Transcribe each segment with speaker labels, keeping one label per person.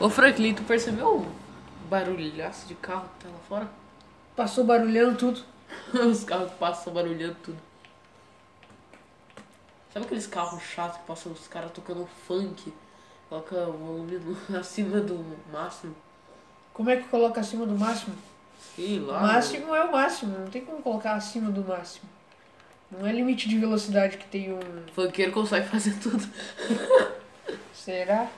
Speaker 1: Ô Franklin, tu percebeu o barulhaço de carro que tá lá fora?
Speaker 2: Passou barulhando tudo.
Speaker 1: Os carros passam barulhando tudo. Sabe aqueles carros chatos que passam os caras tocando funk? Coloca o volume no- acima do máximo.
Speaker 2: Como é que coloca acima do máximo?
Speaker 1: Sei lá.
Speaker 2: máximo é o máximo, não tem como colocar acima do máximo. Não é limite de velocidade que tem um.
Speaker 1: O funkeiro consegue fazer tudo.
Speaker 2: Será?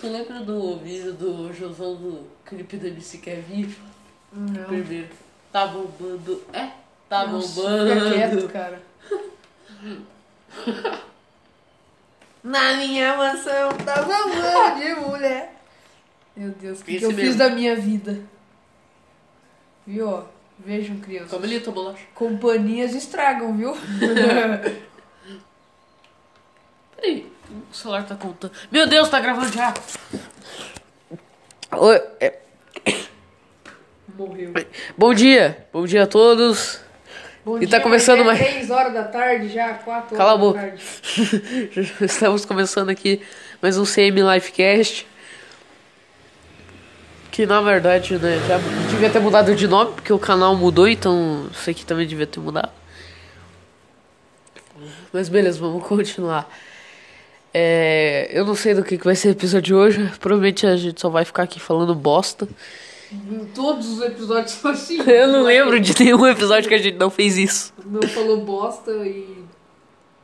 Speaker 1: Tu lembra do vídeo do Josão do clipe do MC Kevin?
Speaker 2: Não.
Speaker 1: é Primeiro. Tá bombando. É? Tá
Speaker 2: Nossa, Fica
Speaker 1: bombando.
Speaker 2: quieto, cara. Na minha mansão tá bombando de mulher. Meu Deus, o que, que
Speaker 1: Esse
Speaker 2: eu
Speaker 1: mesmo.
Speaker 2: fiz da minha vida? Viu? ó? Vejam, crianças.
Speaker 1: Calma ali, tua bolacha.
Speaker 2: Companhias estragam, viu?
Speaker 1: Peraí, o celular tá contando. Meu Deus, tá gravando já.
Speaker 2: Morreu.
Speaker 1: é, Bom dia. Bom dia a todos.
Speaker 2: Bom
Speaker 1: E tá começando
Speaker 2: mas é
Speaker 1: mais-
Speaker 2: três horas da tarde já, 4 horas
Speaker 1: Cala a
Speaker 2: da
Speaker 1: boca.
Speaker 2: tarde.
Speaker 1: Estamos começando aqui mais um CM Lifecast. Que na verdade, né, já devia ter mudado de nome, porque o canal mudou, então isso aqui também devia ter mudado. Mas beleza, vamos continuar. É, eu não sei do que, que vai ser o episódio de hoje. Provavelmente a gente só vai ficar aqui falando bosta.
Speaker 2: Em Todos os episódios são assim.
Speaker 1: Eu não lembro de nenhum episódio que a gente não fez isso.
Speaker 2: Não falou bosta e.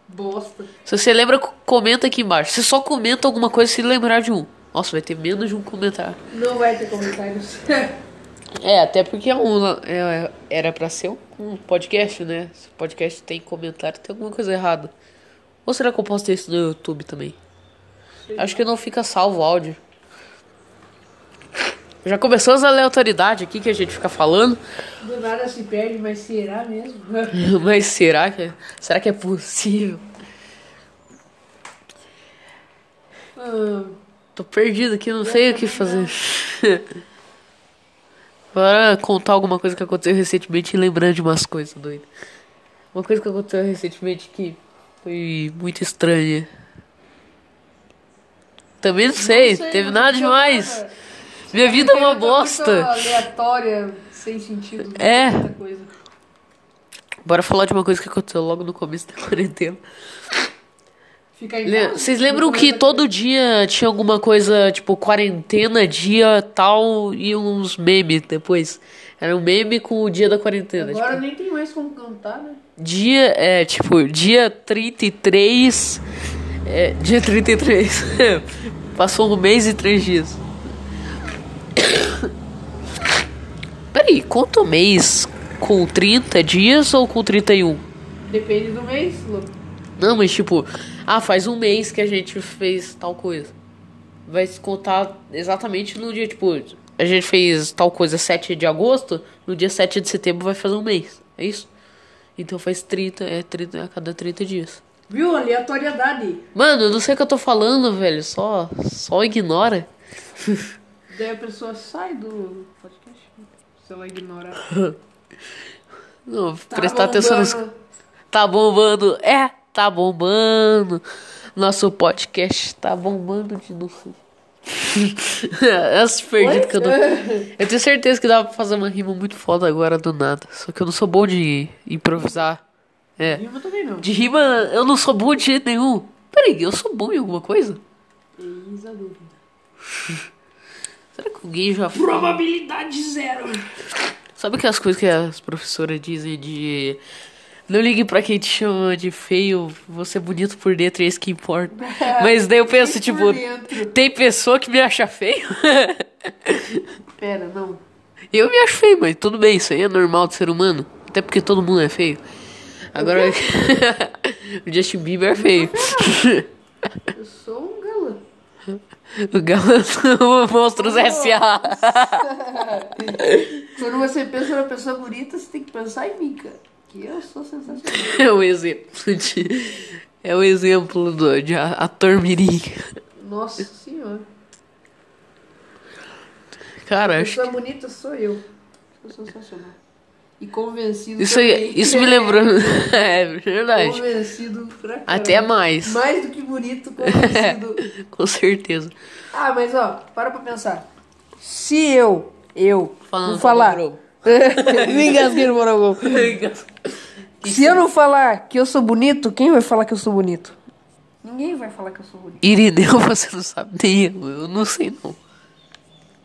Speaker 2: Bosta.
Speaker 1: Se você lembra, co- comenta aqui embaixo. Você só comenta alguma coisa se lembrar de um. Nossa, vai ter menos de um comentário.
Speaker 2: Não vai ter comentários.
Speaker 1: É, até porque é um, la- é, era pra ser um, um podcast, né? Se o podcast tem comentário, tem alguma coisa errada. Ou será que eu posso ter isso no YouTube também? Acho que não fica salvo o áudio. Já começou as aleatoriedades aqui que a gente fica falando.
Speaker 2: Do nada se perde, mas será mesmo?
Speaker 1: Mas será que, será que é possível?
Speaker 2: Ah,
Speaker 1: Tô perdido aqui, não sei o que fazer. Bora contar alguma coisa que aconteceu recentemente e lembrando de umas coisas doidas. Uma coisa que aconteceu recentemente que foi muito estranha. Também não sei,
Speaker 2: não sei,
Speaker 1: teve
Speaker 2: não
Speaker 1: nada
Speaker 2: aconteceu
Speaker 1: demais.
Speaker 2: nada.
Speaker 1: Minha vida é uma
Speaker 2: Teve muita coisa
Speaker 1: bosta.
Speaker 2: Aleatória, sem sentido.
Speaker 1: É.
Speaker 2: muita coisa.
Speaker 1: Bora falar de uma coisa que aconteceu logo no começo da quarentena.
Speaker 2: Fica em
Speaker 1: Le-
Speaker 2: casa.
Speaker 1: Vocês lembram que
Speaker 2: Comenta-
Speaker 1: todo dia tinha alguma coisa, tipo, quarentena, dia tal, e uns memes depois? Era um meme com o dia da quarentena.
Speaker 2: Agora
Speaker 1: tipo,
Speaker 2: nem tem mais como cantar, né?
Speaker 1: dia, é, tipo, dia 33. É, dia 33. Passou um mês e três dias. Peraí, conta o mês com 30 dias ou com 31?
Speaker 2: Depende do mês, louco.
Speaker 1: Não, mas tipo, ah, faz um mês que a gente fez tal coisa. Vai se contar exatamente no dia, tipo, a gente fez tal coisa 7 de agosto, no dia 7 de setembro vai fazer um mês. É isso? Então faz 30, é 30 a cada 30 dias.
Speaker 2: Viu? Aleatoriedade.
Speaker 1: Mano, eu não sei o que eu tô falando, velho. Só, só ignora.
Speaker 2: Daí a pessoa sai do podcast. Se ela ignorar.
Speaker 1: Não,
Speaker 2: Tá
Speaker 1: prestar atenção nos.
Speaker 2: bombando.
Speaker 1: Tá bombando, é, tá bombando. Nosso podcast tá bombando de novo. As perdido que eu não. Eu tenho certeza que dá pra fazer uma rima muito foda agora do nada. Só que eu não sou bom de improvisar. É.
Speaker 2: Rima também não.
Speaker 1: De rima, eu não sou bom de jeito nenhum. Peraí, eu sou bom em alguma coisa?
Speaker 2: Eis a dúvida.
Speaker 1: Será que alguém já.
Speaker 2: Probabilidade zero.
Speaker 1: Sabe aquelas coisas que as professoras dizem de. Não ligue pra quem te chama de feio, você é bonito por dentro, é isso que importa. Mas daí eu penso,
Speaker 2: Feio
Speaker 1: tipo,
Speaker 2: por dentro.
Speaker 1: tem pessoa que me acha feio?
Speaker 2: Pera, não.
Speaker 1: eu me acho feio, mas tudo bem, isso aí é normal do ser humano. Até porque todo mundo é feio. Agora. o Justin Bieber é feio.
Speaker 2: Eu sou um galã.
Speaker 1: o Galantão Monstros S.A.
Speaker 2: Quando você pensa na pessoa bonita, você tem que pensar em mim, cara. Que eu sou sensacional.
Speaker 1: É um exemplo de. É um exemplo do, de a- ator mirim.
Speaker 2: Nossa senhora.
Speaker 1: Cara,
Speaker 2: A
Speaker 1: acho
Speaker 2: pessoa bonita sou eu. Sou sensacional. E convencido
Speaker 1: Isso, aí-
Speaker 2: também.
Speaker 1: isso me lembrou. é verdade.
Speaker 2: Convencido pra caramba.
Speaker 1: Até mais.
Speaker 2: Mais do que bonito, convencido.
Speaker 1: Com certeza.
Speaker 2: ah, mas ó, para pra pensar. Se eu, eu,
Speaker 1: Falando
Speaker 2: não falar...
Speaker 1: sobre o Grobo.
Speaker 2: me engasguei no morango. Se eu não falar que eu sou bonito, quem vai falar que eu sou bonito? Ninguém vai falar que eu sou bonito.
Speaker 1: Irineu, você não sabe nem eu. Eu não sei, não.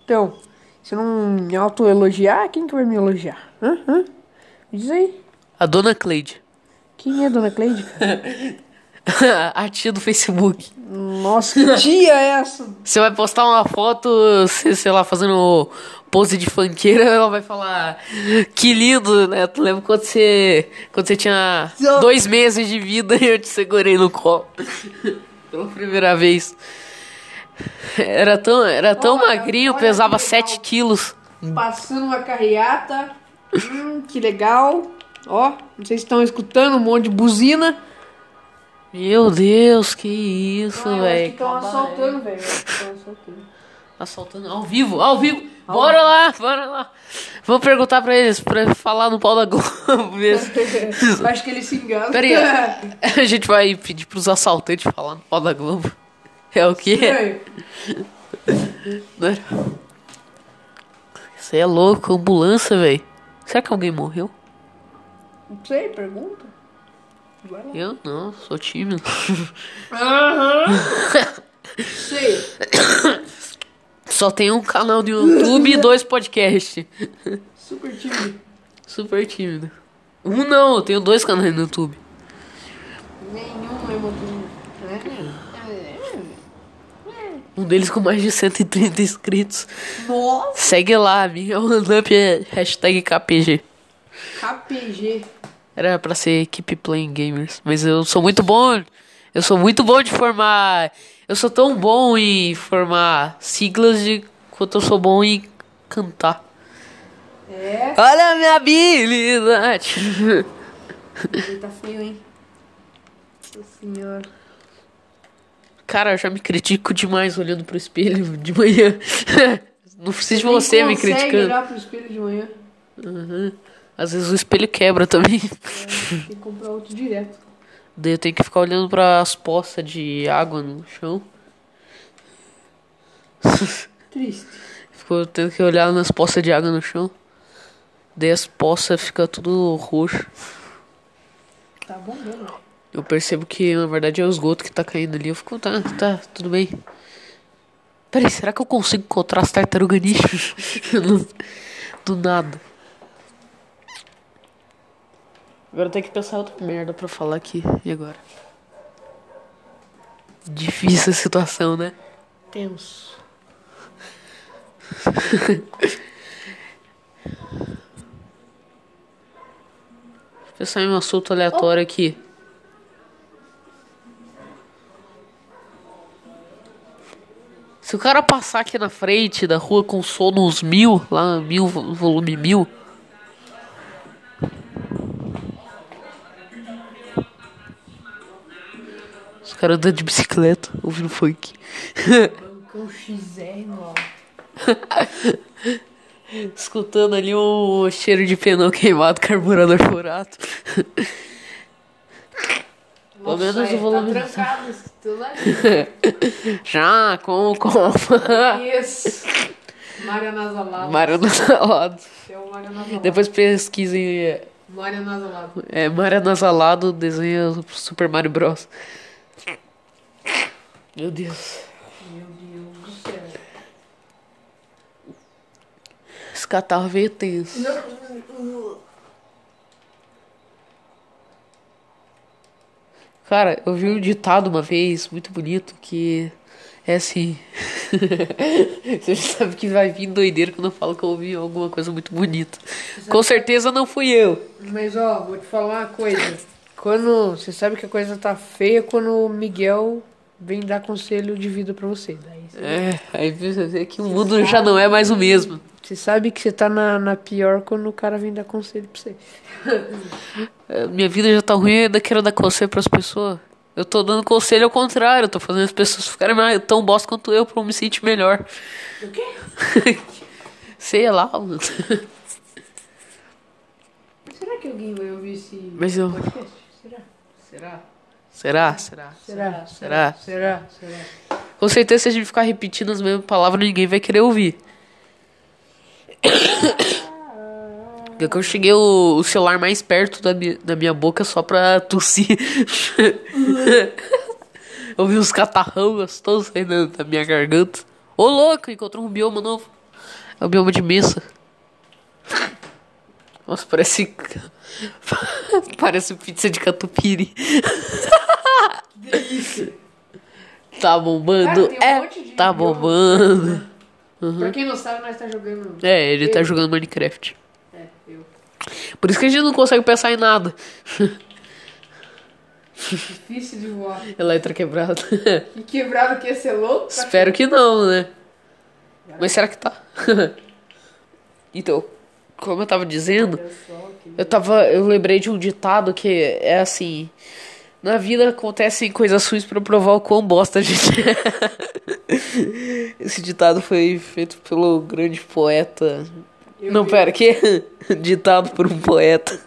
Speaker 2: Então, se eu não me autoelogiar, quem que vai me elogiar? Hã? Hã? Me diz aí.
Speaker 1: A dona Cleide.
Speaker 2: Quem é a Dona Cleide?
Speaker 1: a tia do Facebook.
Speaker 2: Nossa, que tia é essa?
Speaker 1: Você vai postar uma foto, se- sei lá, fazendo pose de funkeira, ela vai falar que lindo, né? Tu lembra quando você, quando você tinha
Speaker 2: Seu-
Speaker 1: dois meses de vida e eu te segurei no colo pela primeira vez. Era tão, era tão
Speaker 2: Olha,
Speaker 1: magrinho,
Speaker 2: olha que
Speaker 1: pesava
Speaker 2: legal.
Speaker 1: 7 quilos.
Speaker 2: Passando uma carreata. Hum, que legal. Ó, não sei se estão escutando um monte de buzina.
Speaker 1: Meu Deus, que isso,
Speaker 2: Ah, eu acho que
Speaker 1: velho.
Speaker 2: estão assaltando, velho. Eu acho que Estão assaltando.
Speaker 1: Assaltando Tá ao vivo, ao vivo. Bora lá, bora lá. Vou perguntar pra eles, pra falar no pau da Globo. ver se-
Speaker 2: Eu acho que ele se engana.
Speaker 1: Pera aí, ó. a gente vai pedir pros assaltantes falar no pau da Globo. É o quê? Você é louco, ambulância, velho. Será que alguém morreu?
Speaker 2: Não sei, pergunta. Vai lá.
Speaker 1: Eu não, sou tímido.
Speaker 2: Sei.
Speaker 1: Só tem um canal do YouTube e dois podcasts.
Speaker 2: Super tímido.
Speaker 1: Super tímido. Um não, eu tenho dois canais no YouTube.
Speaker 2: Nenhum né? emotivo.
Speaker 1: Um deles com mais de 130 inscritos.
Speaker 2: Nossa.
Speaker 1: Segue lá, minha Roundup é hashtag KPG.
Speaker 2: KPG.
Speaker 1: Era pra ser Keep Playing Gamers. Mas eu sou muito bom. Eu sou muito bom de formar. Eu sou tão bom em formar siglas de quanto eu sou bom em cantar.
Speaker 2: É.
Speaker 1: Olha a minha habilidade!
Speaker 2: Ele tá feio, hein? Nossa senhora.
Speaker 1: Cara, eu já me critico demais olhando pro espelho de manhã. Não preciso de você me
Speaker 2: consegue né?
Speaker 1: criticando.
Speaker 2: olhar pro espelho de manhã.
Speaker 1: Uhum. Às vezes o espelho quebra também.
Speaker 2: Tem que comprar outro direto.
Speaker 1: Daí eu tenho que ficar olhando para as poças de água no chão.
Speaker 2: Triste.
Speaker 1: Ficou tendo que olhar nas poças de água no chão. Daí as poças fica tudo roxo.
Speaker 2: Tá bombando.
Speaker 1: Eu percebo que na verdade é o esgoto que tá caindo ali. Eu fico, tá, tá, tudo bem. Peraí, será que eu consigo encontrar as tartarugas ninjas? Eu não- Do nada. Agora eu tenho que pensar outra merda pra falar aqui. E agora? Difícil a situação, né?
Speaker 2: Tenso.
Speaker 1: Pensar em um assunto aleatório aqui. Se o cara passar aqui na frente da rua com som nos mil, lá mil, vo- volume mil. Os caras andando de bicicleta, ouvindo funk.
Speaker 2: Bancão XR um no alto.
Speaker 1: Escutando ali o cheiro de pneu queimado, carburador furado. Pelo menos
Speaker 2: Nossa,
Speaker 1: o volume-
Speaker 2: Tá trancado esse teu lado.
Speaker 1: Já, com, com.
Speaker 2: Isso. Mária Nasalado.
Speaker 1: Mário Nasalado.
Speaker 2: Esse é o Mária Nasalado.
Speaker 1: Depois pesquisem. é,
Speaker 2: Mária Nasalado.
Speaker 1: É, Mário Nasalado desenha Super Mario Bros. Meu Deus.
Speaker 2: Meu Deus do céu.
Speaker 1: Esse catarro veio tenso. Cara, eu vi um ditado uma vez muito bonito que é assim. Você já sabe que vai vir doideira quando eu falo que eu ouvi alguma coisa muito bonita. Com certeza não fui eu.
Speaker 2: Mas ó, vou te falar uma coisa. Quando você sabe que a coisa tá feia quando o Miguel vem dar conselho de vida pra você. Daí você-
Speaker 1: É, aí você vê que o mundo já não é mais o mesmo.
Speaker 2: você sabe que você tá na, na pior quando o cara vem dar conselho pra você.
Speaker 1: É, Minha vida já tá ruim, eu ainda quero dar conselho pras pessoas. Eu tô dando conselho ao contrário, eu tô fazendo as pessoas ficarem mais- tão bosta quanto eu pra eu me sentir melhor.
Speaker 2: O quê?
Speaker 1: Sei lá, mano.
Speaker 2: que alguém vai ouvir esse
Speaker 1: Mas eu-
Speaker 2: podcast? Será?
Speaker 1: Será? Será? Será?
Speaker 2: Será?
Speaker 1: Será?
Speaker 2: Será? Será?
Speaker 1: Com certeza, se a gente ficar repetindo as mesmas palavras, ninguém vai querer ouvir. É que eu cheguei o, o celular mais perto da, mi- da minha boca só pra tossir. eu vi uns catarrão gostosos saindo da minha garganta. Ô louco, encontrou um bioma novo. É o bioma de missa. Nossa, parece. parece pizza de catupiry.
Speaker 2: Que delícia!
Speaker 1: Tá bombando.
Speaker 2: Cara, tem um
Speaker 1: é,
Speaker 2: monte de
Speaker 1: tá
Speaker 2: bioma.
Speaker 1: bombando. Uhum.
Speaker 2: Pra quem não sabe, nós tá jogando.
Speaker 1: É, ele tá jogando Minecraft.
Speaker 2: É, eu.
Speaker 1: Por isso que a gente não consegue pensar em nada.
Speaker 2: Difícil de voar.
Speaker 1: Eletra quebrada.
Speaker 2: E quebrado que ia ser louco?
Speaker 1: Espero que não, né? Mas será que tá? então, como eu tava dizendo,
Speaker 2: Olha só, que
Speaker 1: eu tava. Eu lembrei de um ditado que é assim. Na vida acontecem coisas ruins pra provar o quão bosta a gente é. Esse ditado foi feito pelo grande poeta.
Speaker 2: Eu
Speaker 1: não,
Speaker 2: vi.
Speaker 1: pera, que? ditado por um poeta.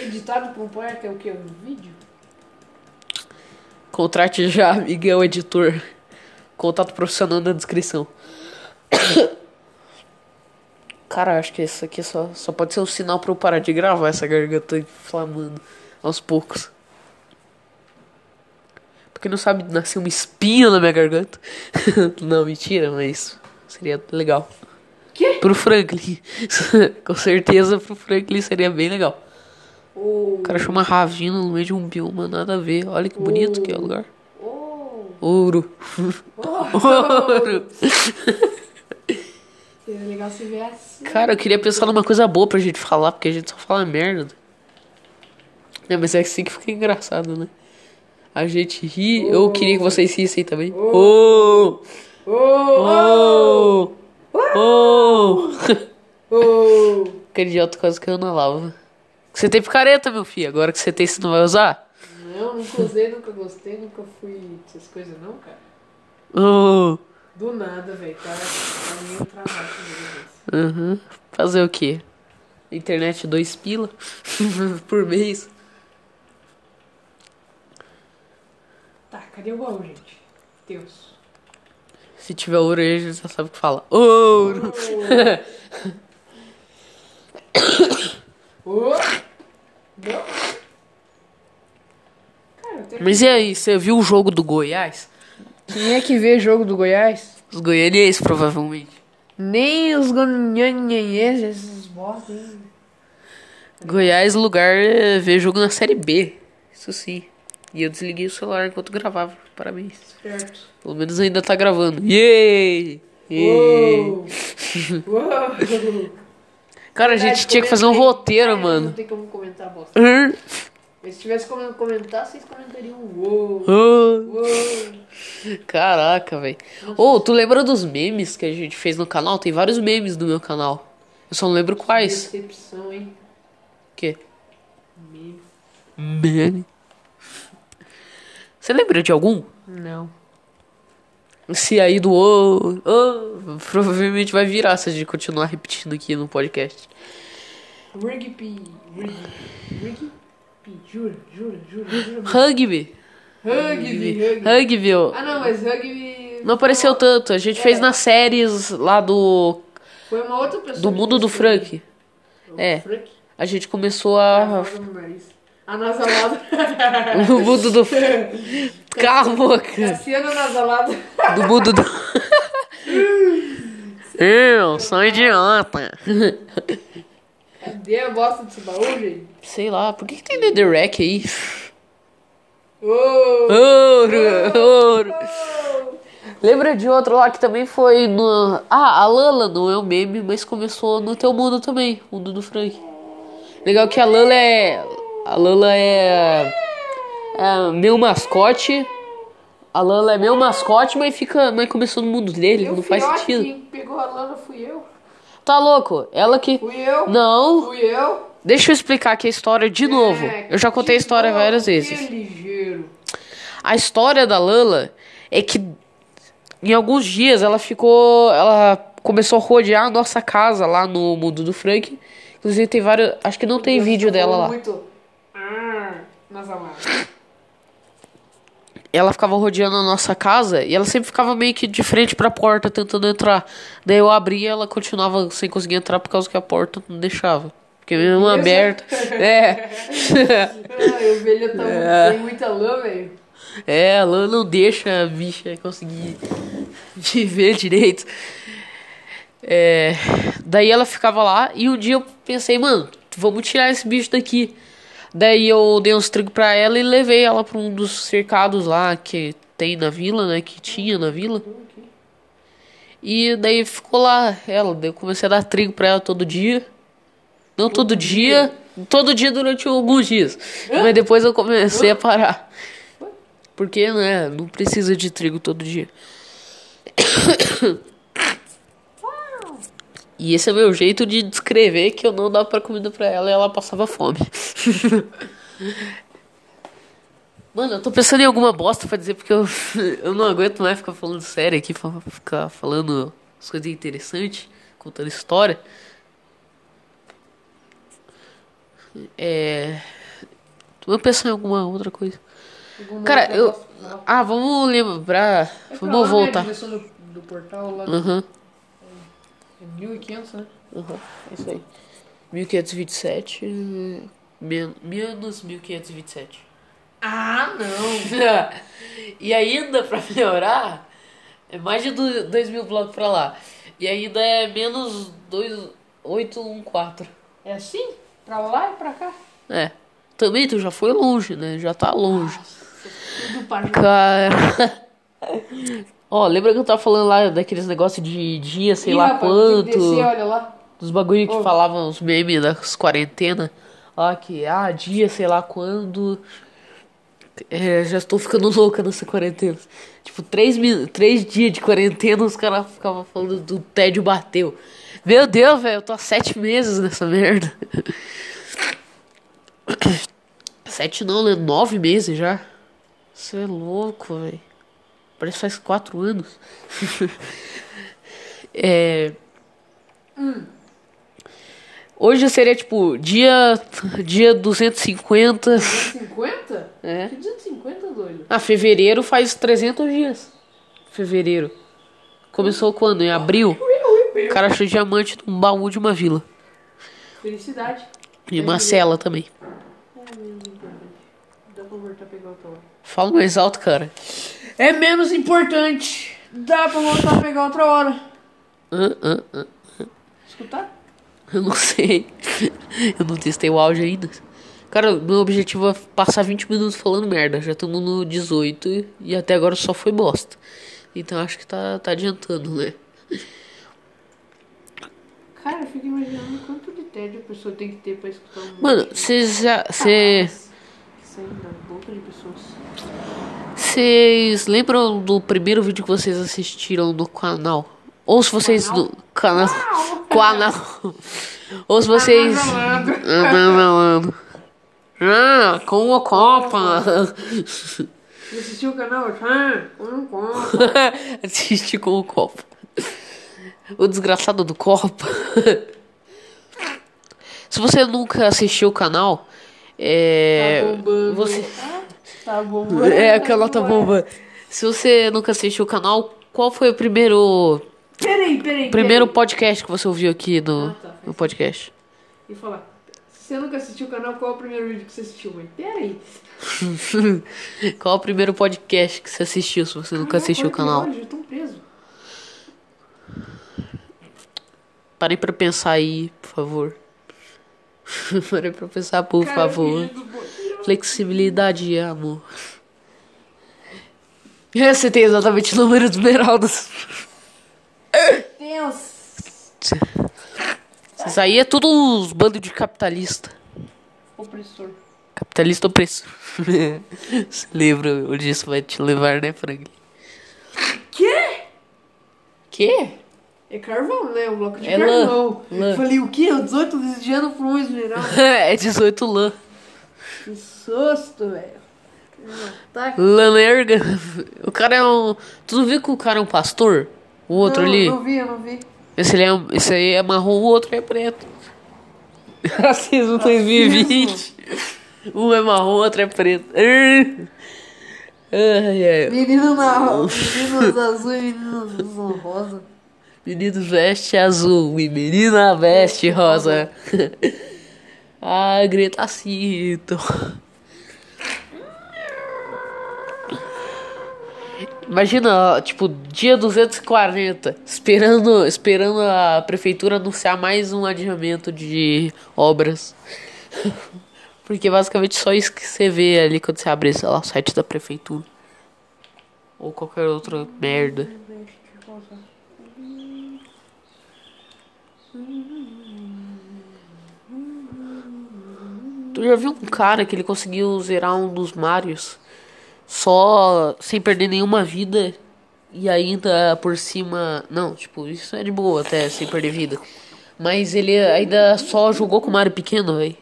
Speaker 2: editado por um poeta é o quê? Um vídeo?
Speaker 1: Contrate já, Miguel Editor. Contato profissional na descrição. Cara, acho que isso aqui só, só pode ser um sinal pra eu parar de gravar essa garganta inflamando aos poucos. Porque não sabe, nasceu uma espinha na minha garganta. não, mentira, mas seria legal.
Speaker 2: Quê?
Speaker 1: Pro Franklin. Com certeza pro Franklin seria bem legal.
Speaker 2: Ou.
Speaker 1: O cara chama Ravino no meio de um bioma, nada a ver. Olha que bonito que é o lugar.
Speaker 2: Ou.
Speaker 1: Ouro. Ouro.
Speaker 2: Seria legal se assim. viesse.
Speaker 1: Cara, eu queria pensar numa coisa boa pra gente falar, porque a gente só fala merda. É, mas é assim que fica engraçado, né? A gente ri, eu queria que vocês rissem também. Oh!
Speaker 2: Ou.
Speaker 1: Oh! Oh!
Speaker 2: Ou.
Speaker 1: Aquele idiota quase caiu na lava. Você tem picareta, meu filho. Agora que você tem, você não vai usar?
Speaker 2: Não, nunca usei, nunca gostei, nunca fui essas coisas não, cara.
Speaker 1: Oh!
Speaker 2: Do nada, velho. Tá, tá meio travado comigo isso.
Speaker 1: Uhum. Fazer o quê? Internet dois pila por mês.
Speaker 2: Tá, cadê o baú, gente? Deus.
Speaker 1: Se tiver ouro aí, a gente já sabe o que fala. Ouro!
Speaker 2: Ô! Não. Cara, eu tenho
Speaker 1: Mas e aí, você viu o jogo do Goiás?
Speaker 3: Quem é que vê jogo do Goiás?
Speaker 1: Os goianienses, provavelmente.
Speaker 3: Nem os goianienses, esses bosta, hein?
Speaker 1: Goiás, lugar, é ver jogo na Série B. Isso sim. E eu desliguei o celular enquanto gravava. Parabéns.
Speaker 2: certo.
Speaker 1: Pelo menos ainda tá gravando. Yay! Yay!
Speaker 2: Uou! Uou!
Speaker 1: Cara, a gente tinha que fazer um
Speaker 2: Comentei.
Speaker 1: roteiro,
Speaker 2: Ai,
Speaker 1: mano.
Speaker 2: Não tem como comentar bosta.
Speaker 1: Hum,
Speaker 2: Mas se tivesse como comentar, vocês comentariam um uou!
Speaker 1: hum.
Speaker 2: Uou!
Speaker 1: Caraca, velho. Ô, tu lembra dos memes que a gente fez no canal? Tem vários memes do meu canal. Eu só não lembro quais.
Speaker 2: Decepção, hein?
Speaker 1: O quê?
Speaker 2: Meme.
Speaker 1: Meme. Você lembra de algum?
Speaker 3: Não.
Speaker 1: Se aí do ô, ô, provavelmente vai virar se a gente continuar repetindo aqui no podcast.
Speaker 2: Rigby. Rigby. Rigby. Jura, jura, jura, jura.
Speaker 1: Rugby.
Speaker 2: Rugby, rugby.
Speaker 1: Rugby. ó.
Speaker 2: Ah, não, mas rugby.
Speaker 1: Não apareceu tanto. A gente fez nas séries lá do
Speaker 2: Foi uma outra pessoa.
Speaker 1: do
Speaker 2: que
Speaker 1: mundo do
Speaker 2: escreveu.
Speaker 1: Frank.
Speaker 2: O
Speaker 1: É.
Speaker 2: Frank?
Speaker 1: A gente começou
Speaker 2: Ah,
Speaker 1: a
Speaker 2: rosa no nariz. Anasalado.
Speaker 1: do mundo do Cala a boca.
Speaker 2: Cassiano anasalado.
Speaker 1: Do mundo do Eu sou idiota.
Speaker 2: Cadê a bosta desse baú, gente?
Speaker 1: Sei lá, por que, que tem Netherrack aí?
Speaker 2: Ô!
Speaker 1: Ouro, ouro.
Speaker 2: Ô!
Speaker 1: Lembra de outro lá que também foi no. Ah, a Lala não é um meme, mas começou no teu mundo também, o mundo do Frank. Legal que a Lala é. A Lala é. é meu mascote. A Lala é meu mascote, mas fica. Mas começou no mundo dele,
Speaker 2: Eu
Speaker 1: não faz
Speaker 2: fiote,
Speaker 1: sentido.
Speaker 2: Quem pegou a lana fui eu.
Speaker 1: Tá louco? Ela que.
Speaker 2: Fui eu.
Speaker 1: Não,
Speaker 2: Fui eu.
Speaker 1: deixa eu explicar aqui a história de novo.
Speaker 2: É,
Speaker 1: Eu já contei a
Speaker 2: que
Speaker 1: história
Speaker 2: bom,
Speaker 1: várias
Speaker 2: que
Speaker 1: vezes.
Speaker 2: ligeiro.
Speaker 1: A história da Lala é que em alguns dias ela ficou. Ela começou a rodear a nossa casa lá no mundo do Frank. Inclusive tem vários. Acho que não tem vídeo dela lá.
Speaker 2: Muito. Ah, nas amarras.
Speaker 1: ela ficava rodeando a nossa casa e ela sempre ficava meio que de frente pra porta tentando entrar. Daí eu abria e ela continuava sem conseguir entrar por causa que a porta não deixava. Porque mesmo aberta. É.
Speaker 2: Ah, eu velho tá
Speaker 1: É.
Speaker 2: tem muita lã, velho.
Speaker 1: É, ela não deixa a bicha conseguir viver direito. É, daí ela ficava lá e um dia eu pensei, mano, vamos tirar esse bicho daqui. Daí eu dei uns trigos pra ela e levei ela pra um dos cercados lá que tem na vila, né? Que tinha na vila. E daí ficou lá ela. Daí eu comecei a dar trigo pra ela todo dia. Não todo, dia. Todo dia durante alguns dias. Mas depois eu comecei a parar. Porque, né? Não precisa de trigo todo dia. E esse é o meu jeito de descrever que eu não dava pra comida pra ela e ela passava fome. Mano, eu tô pensando em alguma bosta pra dizer, porque eu, eu não aguento mais ficar falando sério aqui, fa- ficar falando as coisas interessantes, contando história. É. Tô pensando em alguma outra coisa.
Speaker 2: Algum
Speaker 1: Cara,
Speaker 2: outro
Speaker 1: eu.
Speaker 2: negócio?
Speaker 1: Ah, vamos lembrar.
Speaker 2: É pra lá,
Speaker 1: Vamos
Speaker 2: né?
Speaker 1: voltar. Hum.
Speaker 2: Direção do, do portal lá.
Speaker 1: Aham.
Speaker 2: É 1500, né?
Speaker 1: Aham, é isso aí. 1527. eh, men- Menos 1527.
Speaker 2: Ah, não.
Speaker 1: e ainda, pra melhorar, é mais de 2 mil blocos pra lá. E ainda é menos 2814.
Speaker 2: É assim? Pra lá e pra cá?
Speaker 1: É. Também tu já foi longe, né? Já tá longe.
Speaker 2: Tudo pra
Speaker 1: Cara. Ó, lembra que eu tava falando lá daqueles negócios de dia, sei
Speaker 2: Ih,
Speaker 1: lá
Speaker 2: rapaz, tem que
Speaker 1: quanto?
Speaker 2: Descer, olha lá.
Speaker 1: Dos bagulho que
Speaker 2: Ô.
Speaker 1: falavam os memes das quarentena. Lá que, ah, dia, sei lá quando. É, já estou ficando louca nessa quarentena. Tipo, três, minu- três dias de quarentena, os caras ficavam falando do tédio bateu. Meu Deus, velho, eu tô há sete meses nessa merda. Sete não, né? Nove meses já. Você é louco, velho. Parece que faz quatro anos. é. Hoje seria tipo dia dia 250.
Speaker 2: 250?
Speaker 1: É.
Speaker 2: Que 250, doido?
Speaker 1: Ah, fevereiro faz 300 dias. Fevereiro. Começou quando? Em abril? O cara achou diamante num baú de uma vila.
Speaker 2: Felicidade.
Speaker 1: E uma cela também.
Speaker 2: É menos importante. Dá pra voltar a pegar o outro hora.
Speaker 1: Fala mais alto, cara.
Speaker 2: É menos importante. Dá pra voltar a pegar outra hora.
Speaker 1: Hã, hã, hã.
Speaker 2: Escutar?
Speaker 1: Eu não sei. Eu não testei o áudio ainda. Cara, meu objetivo é passar 20 minutos falando merda. Já estamos no 18 e até agora só foi bosta. Então acho que tá, tá adiantando, né?
Speaker 2: Cara, eu fico imaginando quanto de tédio a pessoa tem que ter pra escutar um.
Speaker 1: Mano, é. vocês já. Cê...
Speaker 2: Saindo da boca de pessoas.
Speaker 1: Vocês lembram do primeiro vídeo que vocês assistiram no canal? Ou se vocês. No canal. Canal. Ou se vocês.
Speaker 2: Tá
Speaker 1: Ah, não, não, não. Ah, com a Copa.
Speaker 2: Você assistiu o canal? Ah, eu não conto.
Speaker 1: Assisti com o Copa. O desgraçado do Copa. Se você nunca assistiu o canal, é.
Speaker 2: Tá bombando.
Speaker 1: você.
Speaker 2: Tá bom.
Speaker 1: É, aquela tá bomba. Se você nunca assistiu o canal, qual foi o primeiro
Speaker 2: Peraí, peraí.
Speaker 1: primeiro podcast que você ouviu aqui no,
Speaker 2: Ah, tá.
Speaker 1: no podcast?
Speaker 2: E falar. Se você nunca assistiu o canal, qual é o primeiro vídeo que você assistiu, mãe? Peraí.
Speaker 1: qual o primeiro podcast que você assistiu, se você
Speaker 2: "Ah,
Speaker 1: nunca
Speaker 2: é
Speaker 1: assistiu o canal?
Speaker 2: Eu tô preso.
Speaker 1: Parem pra pensar aí, por favor. Parem pra pensar, por
Speaker 2: Cara,
Speaker 1: favor.
Speaker 2: fugindo do bo-
Speaker 1: Flexibilidade e amor. É, Você tem exatamente o número de esmeraldas.
Speaker 2: Deus.
Speaker 1: Isso aí é tudo uns bando de capitalista.
Speaker 2: Opressor.
Speaker 1: Capitalista opressor. Se lembra onde isso vai te levar, né, Franklin?
Speaker 2: Quê?
Speaker 1: Que?
Speaker 2: É carvão, né? Um bloco de
Speaker 1: É lã.
Speaker 2: carvão.
Speaker 1: Lã.
Speaker 2: Falei, o quê? 18 desviando pra um esmeralda.
Speaker 1: é 18 lã.
Speaker 2: Que susto, velho. Tá
Speaker 1: Lanerga. é O cara é um. Tu não viu que o cara é um pastor? O outro
Speaker 2: não,
Speaker 1: ali?
Speaker 2: Não vi, eu não vi.
Speaker 1: Esse, ele é, um- esse aí é marrom, o outro é preto. Racismo 2020. Um é marrom, outro é preto. Ai, ai.
Speaker 3: Menino marrom, meninos azul e meninos rosa.
Speaker 1: Menino veste azul e menina veste rosa. ah, grita cito. Imagina, tipo, dia 240, esperando, esperando a prefeitura anunciar mais um adiamento de obras. Porque basicamente só isso que você vê ali quando você abre, sei lá, o site da prefeitura. Ou qualquer outra merda. Tu já viu um cara que ele conseguiu zerar um dos Marios só sem perder nenhuma vida e ainda por cima. Não, tipo, isso é de boa até sem perder vida. Mas ele ainda só jogou com o Mario pequeno, velho.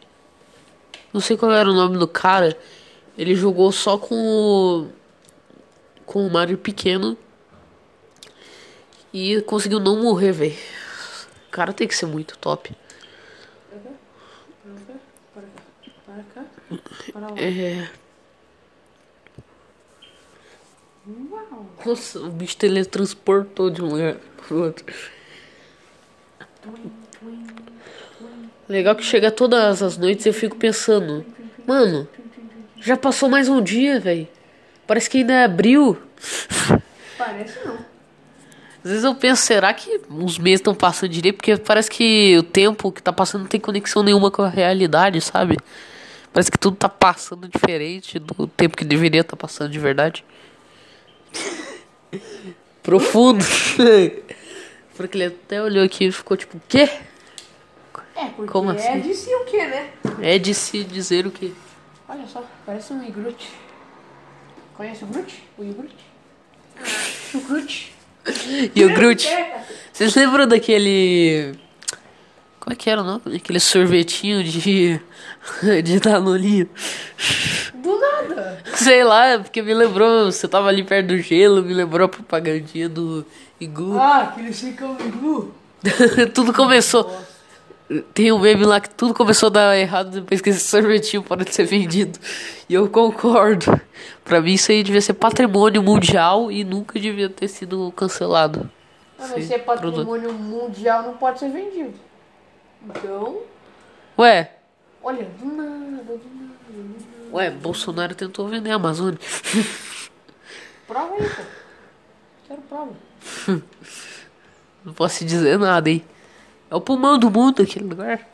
Speaker 1: Não sei qual era o nome do cara. Ele jogou só com o. com o Mario pequeno. E conseguiu não morrer, velho. O cara tem que ser muito top.
Speaker 2: Para cá, para cá, para lá.
Speaker 1: É.
Speaker 2: Uau!
Speaker 1: Nossa, o bicho teletransportou de um lugar pro outro. Legal que chega todas as noites e eu fico pensando, mano, já passou mais um dia, velho. Parece que ainda é abril.
Speaker 2: Parece não.
Speaker 1: Às vezes eu penso, será que os meses estão passando direito? Porque parece que o tempo que tá passando não tem conexão nenhuma com a realidade, sabe? Parece que tudo tá passando diferente do tempo que deveria estar passando de verdade. Profundo. Porque ele até olhou aqui e ficou tipo, o quê?
Speaker 2: É, porque
Speaker 1: Como
Speaker 2: é
Speaker 1: assim?
Speaker 2: de si o quê, né?
Speaker 1: É de se dizer o quê?
Speaker 2: Olha só, parece um Igrut. Conhece o Groot? O Igrut? O Groot?
Speaker 1: Iogurte.
Speaker 2: É.
Speaker 1: Vocês lembram daquele. Como é que era o nome? Aquele sorvetinho de. de danoninho.
Speaker 2: Do nada!
Speaker 1: Sei lá, porque me lembrou. Você tava ali perto do gelo, me lembrou a propagandinha do Igu.
Speaker 2: Ah, que eles ficam Iglu.
Speaker 1: tudo começou. Tem um meme lá que tudo começou a dar errado depois que esse sorvetinho parou de ser vendido. E eu concordo. Pra mim, isso aí devia ser patrimônio mundial e nunca devia ter sido cancelado.
Speaker 2: Ah,
Speaker 1: Sim,
Speaker 2: mas se é patrimônio mundial, não pode ser vendido. Então,
Speaker 1: Ué,
Speaker 2: olha, do nada, do nada, do nada.
Speaker 1: ué, Bolsonaro tentou vender a Amazônia.
Speaker 2: Prova aí, pô. Quero prova.
Speaker 1: Não posso dizer nada, hein? É o pulmão do mundo aquele lugar.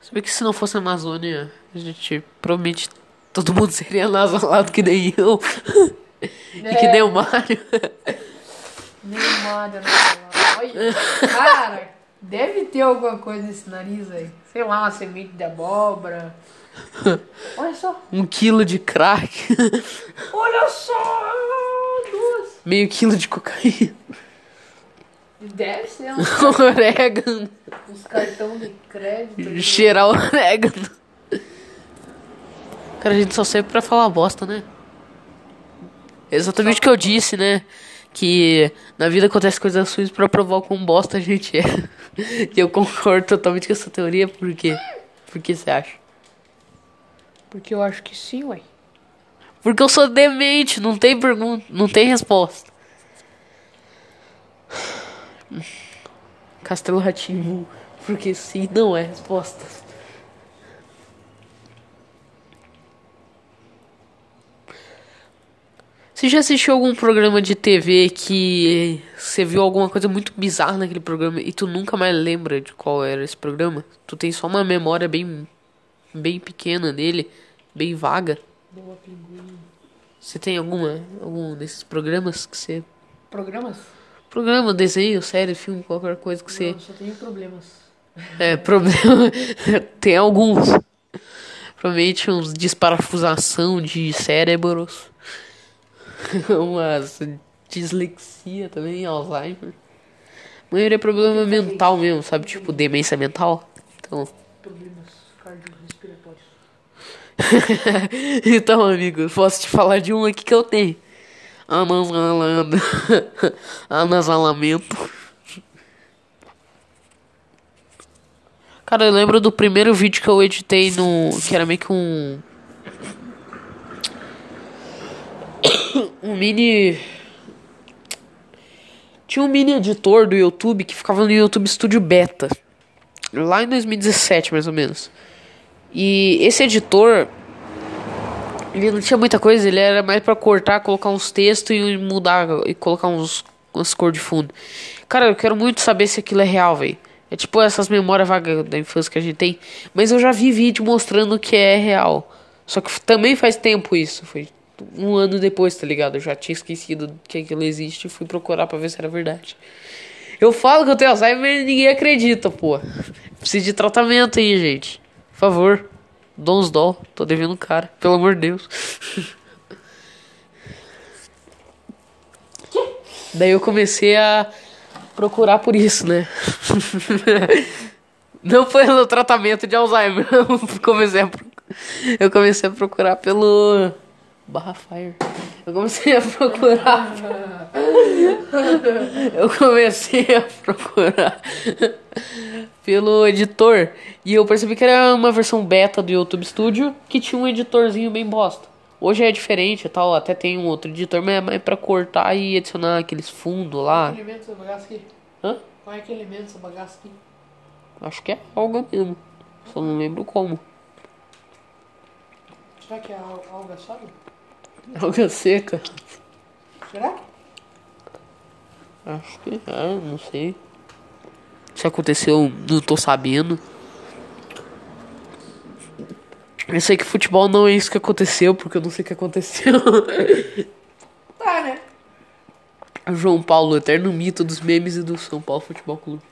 Speaker 1: Se bem que se não fosse a Amazônia, a gente provavelmente todo mundo seria nasalado que nem eu. E que
Speaker 2: É.
Speaker 1: nem o Mário.
Speaker 2: Neymada na Olha, cara, deve ter alguma coisa nesse nariz aí. Sei lá, uma semente de abóbora. Olha só.
Speaker 1: Um quilo de crack.
Speaker 2: Olha só! Duas.
Speaker 1: Meio quilo de cocaína. um
Speaker 2: Deve ser um,
Speaker 1: Orégano.
Speaker 2: uns cartão de crédito.
Speaker 1: Cheirar orégano. Cara, a gente só serve pra falar bosta, né? É Exatamente o que eu disse, né? Que na vida acontece coisas ruins pra provar o quão bosta a gente é. E eu concordo totalmente com essa teoria, por quê? Por que você acha?
Speaker 2: assim. Porque eu acho que sim, ué.
Speaker 1: Porque eu sou demente, não tem pergunta, não tem resposta. Castelo Ratimbu, porque sim não é resposta. Você já assistiu algum programa de TV que você viu alguma coisa muito bizarra naquele programa e tu nunca mais lembra de qual era esse programa? Tu tem só uma memória bem bem pequena dele, bem vaga. Você tem alguma algum desses programas que você
Speaker 2: Programas?
Speaker 1: programa, desenho, série, filme, qualquer coisa que você
Speaker 2: Não, só tenho problemas.
Speaker 1: é problema tem alguns provavelmente uns desparafusação de cérebros, umas dislexia também, Alzheimer. A maioria é problema mental mesmo, sabe, tipo demência mental. Então
Speaker 2: Problemas cardiorrespiratórios.
Speaker 1: então, amigo, posso te falar de um aqui que eu tenho. Anasalando. Anasalamento. Cara, eu lembro do primeiro vídeo que eu editei no. que era meio que um. Um mini. Tinha um mini editor do YouTube que ficava no YouTube Studio Beta. Lá em 2017, mais ou menos. E esse editor. Ele não tinha muita coisa, ele era mais pra cortar, colocar uns textos e mudar. E colocar uns, umas cores de fundo. Cara, eu quero muito saber se aquilo é real, velho. É tipo essas memórias vagas da infância que a gente tem. Mas eu já vi vídeo mostrando que é real. Só que também faz tempo isso. Foi um ano depois, tá ligado? Eu já tinha esquecido que aquilo existe e fui procurar pra ver se era verdade. Eu falo que eu tenho Alzheimer e ninguém acredita, pô. Preciso de tratamento aí, gente. Por favor. Dons dó. Tô devendo um cara. Pelo amor de Deus. Daí eu comecei a procurar por isso, né? Não pelo tratamento de Alzheimer. Eu comecei, a, pro- eu comecei a procurar pelo. Barra Fire. Eu comecei a procurar. Eu comecei a procurar pelo editor. E eu percebi que era uma versão beta do YouTube Studio que tinha um editorzinho bem bosta. Hoje é diferente e tal, até tem um outro editor, mas é mais pra cortar e adicionar aqueles fundos lá.
Speaker 2: Alimenta essa bagaça aqui.
Speaker 1: Hã?
Speaker 2: Como é que alimenta essa bagaça aqui?
Speaker 1: Acho que é alga mesmo. Só não lembro como.
Speaker 2: Será que é al- alga sólida?
Speaker 1: Alga seca?
Speaker 2: Será que?
Speaker 1: Acho que é, não sei. Se aconteceu, não tô sabendo. Eu sei que futebol não é isso que aconteceu, porque eu não sei o que aconteceu.
Speaker 2: Tá, né?
Speaker 1: João Paulo, eterno mito dos memes e do São Paulo Futebol Clube.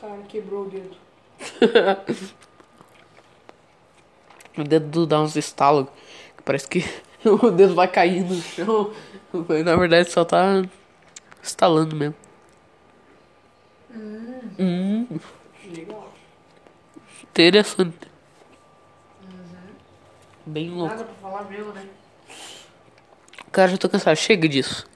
Speaker 2: Cara, Tá, quebrou o dedo.
Speaker 1: O dedo dá uns estalos. que Parece que o dedo vai cair no chão. Mas, na verdade só tá estalando mesmo. Hum.
Speaker 2: Legal.
Speaker 1: Interessante. Bem louco.
Speaker 2: Nada pra falar mesmo, né?
Speaker 1: Cara, já tô cansado. Chega disso.